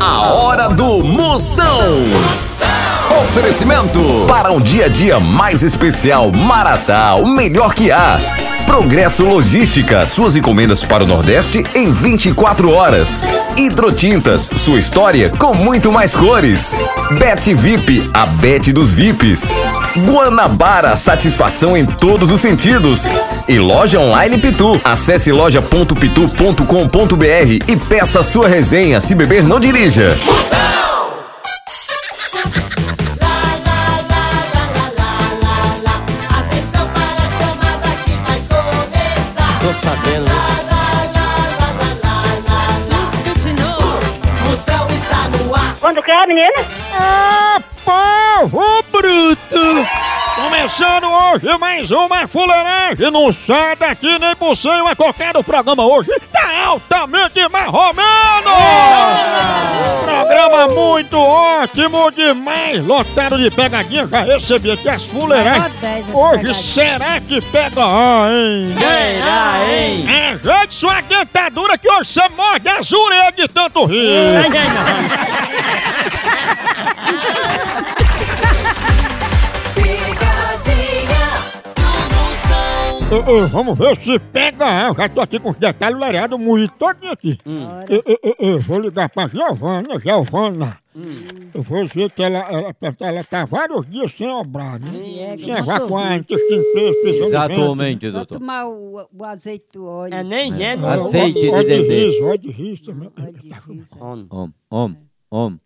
A hora do Moção. Oferecimento para um dia a dia mais especial. Maratá, o melhor que há. Progresso Logística, suas encomendas para o Nordeste em 24 horas. Hidrotintas, sua história com muito mais cores. Bet VIP, a Bet dos VIPs. Guanabara, satisfação em todos os sentidos. E loja online Pitu. Acesse loja.pitu.com.br e peça sua resenha. Se beber, não dirija. Tô sabendo. Tudo de novo. Moção está no ar. Quando que é, menina? Ah, povo bruto! Começando hoje mais uma fuleiragem, não sai daqui nem por cima, a qualquer do programa hoje tá altamente marromeno! É. Programa muito ótimo demais, lotado de pegadinha, já recebi aqui as fuleiragens. Vai dar dez essa Hoje pegadinha. será que pega, ó, hein? Será, hein? Ajeite sua dentadura que hoje você morde as orelhas de tanto É. rir! Picadinha do Moção. Ô, ô, vamos ver se pega. Ah, Eu já tô aqui com os detalhes lerados moído todinho aqui. Eu, vou ligar pra Giovana, Giovana. Eu vou dizer que ela, ela, ela tá vários dias sem obrar, né? é, que sem eu evacuar, intestino, pisando Exatamente, Vou doutor. tomar o, o azeite do óleo. É nem é, vento. não. Azeite de Ó, ó, ó dendê. riso, ó de riso também. É difícil. Om, om, om.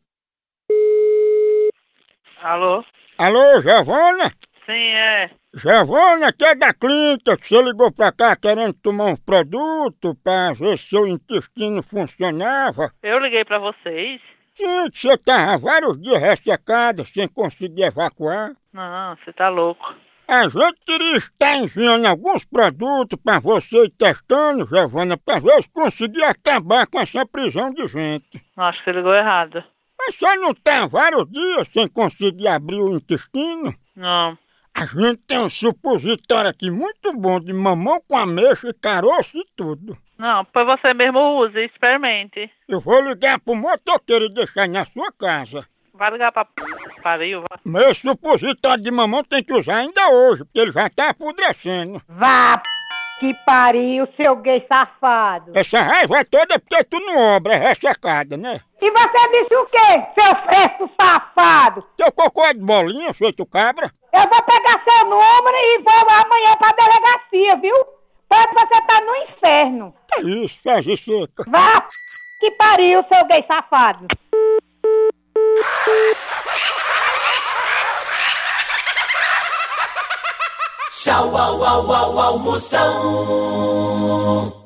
Alô? Alô, Giovana? Sim, é. Giovana, que é da clínica, que você ligou pra cá querendo tomar um produto pra ver se seu intestino funcionava. Eu liguei pra vocês. Sim, que você tava vários dias ressecada, sem conseguir evacuar. Não, você tá louco. A gente queria estar enviando alguns produtos pra você ir testando, Giovana, pra ver se conseguir acabar com essa prisão de gente. Não, acho que você ligou errado. Mas só não tá há vários dias sem conseguir abrir o intestino. Não. A gente tem um supositório aqui muito bom de mamão com ameixa, e caroço e tudo. Não, pois você mesmo use, experimente. Eu vou ligar pro motoqueiro e deixar na sua casa. Vai ligar pra p... pariu, vai. Meu supositório de mamão tem que usar ainda hoje, porque ele já tá apodrecendo. Vá, p... que pariu, seu gay safado. Essa raiva toda é porque tu não obra, é ressecada, né? E você disse o quê, seu fresco safado? Teu cocô é de bolinha, feito cabra. Eu vou pegar seu número e vou amanhã pra delegacia, viu? Pode você tá no inferno. É isso, faz seca. Vá, p... que pariu, seu gay safado. Tchau, au, au, au, au, Moção.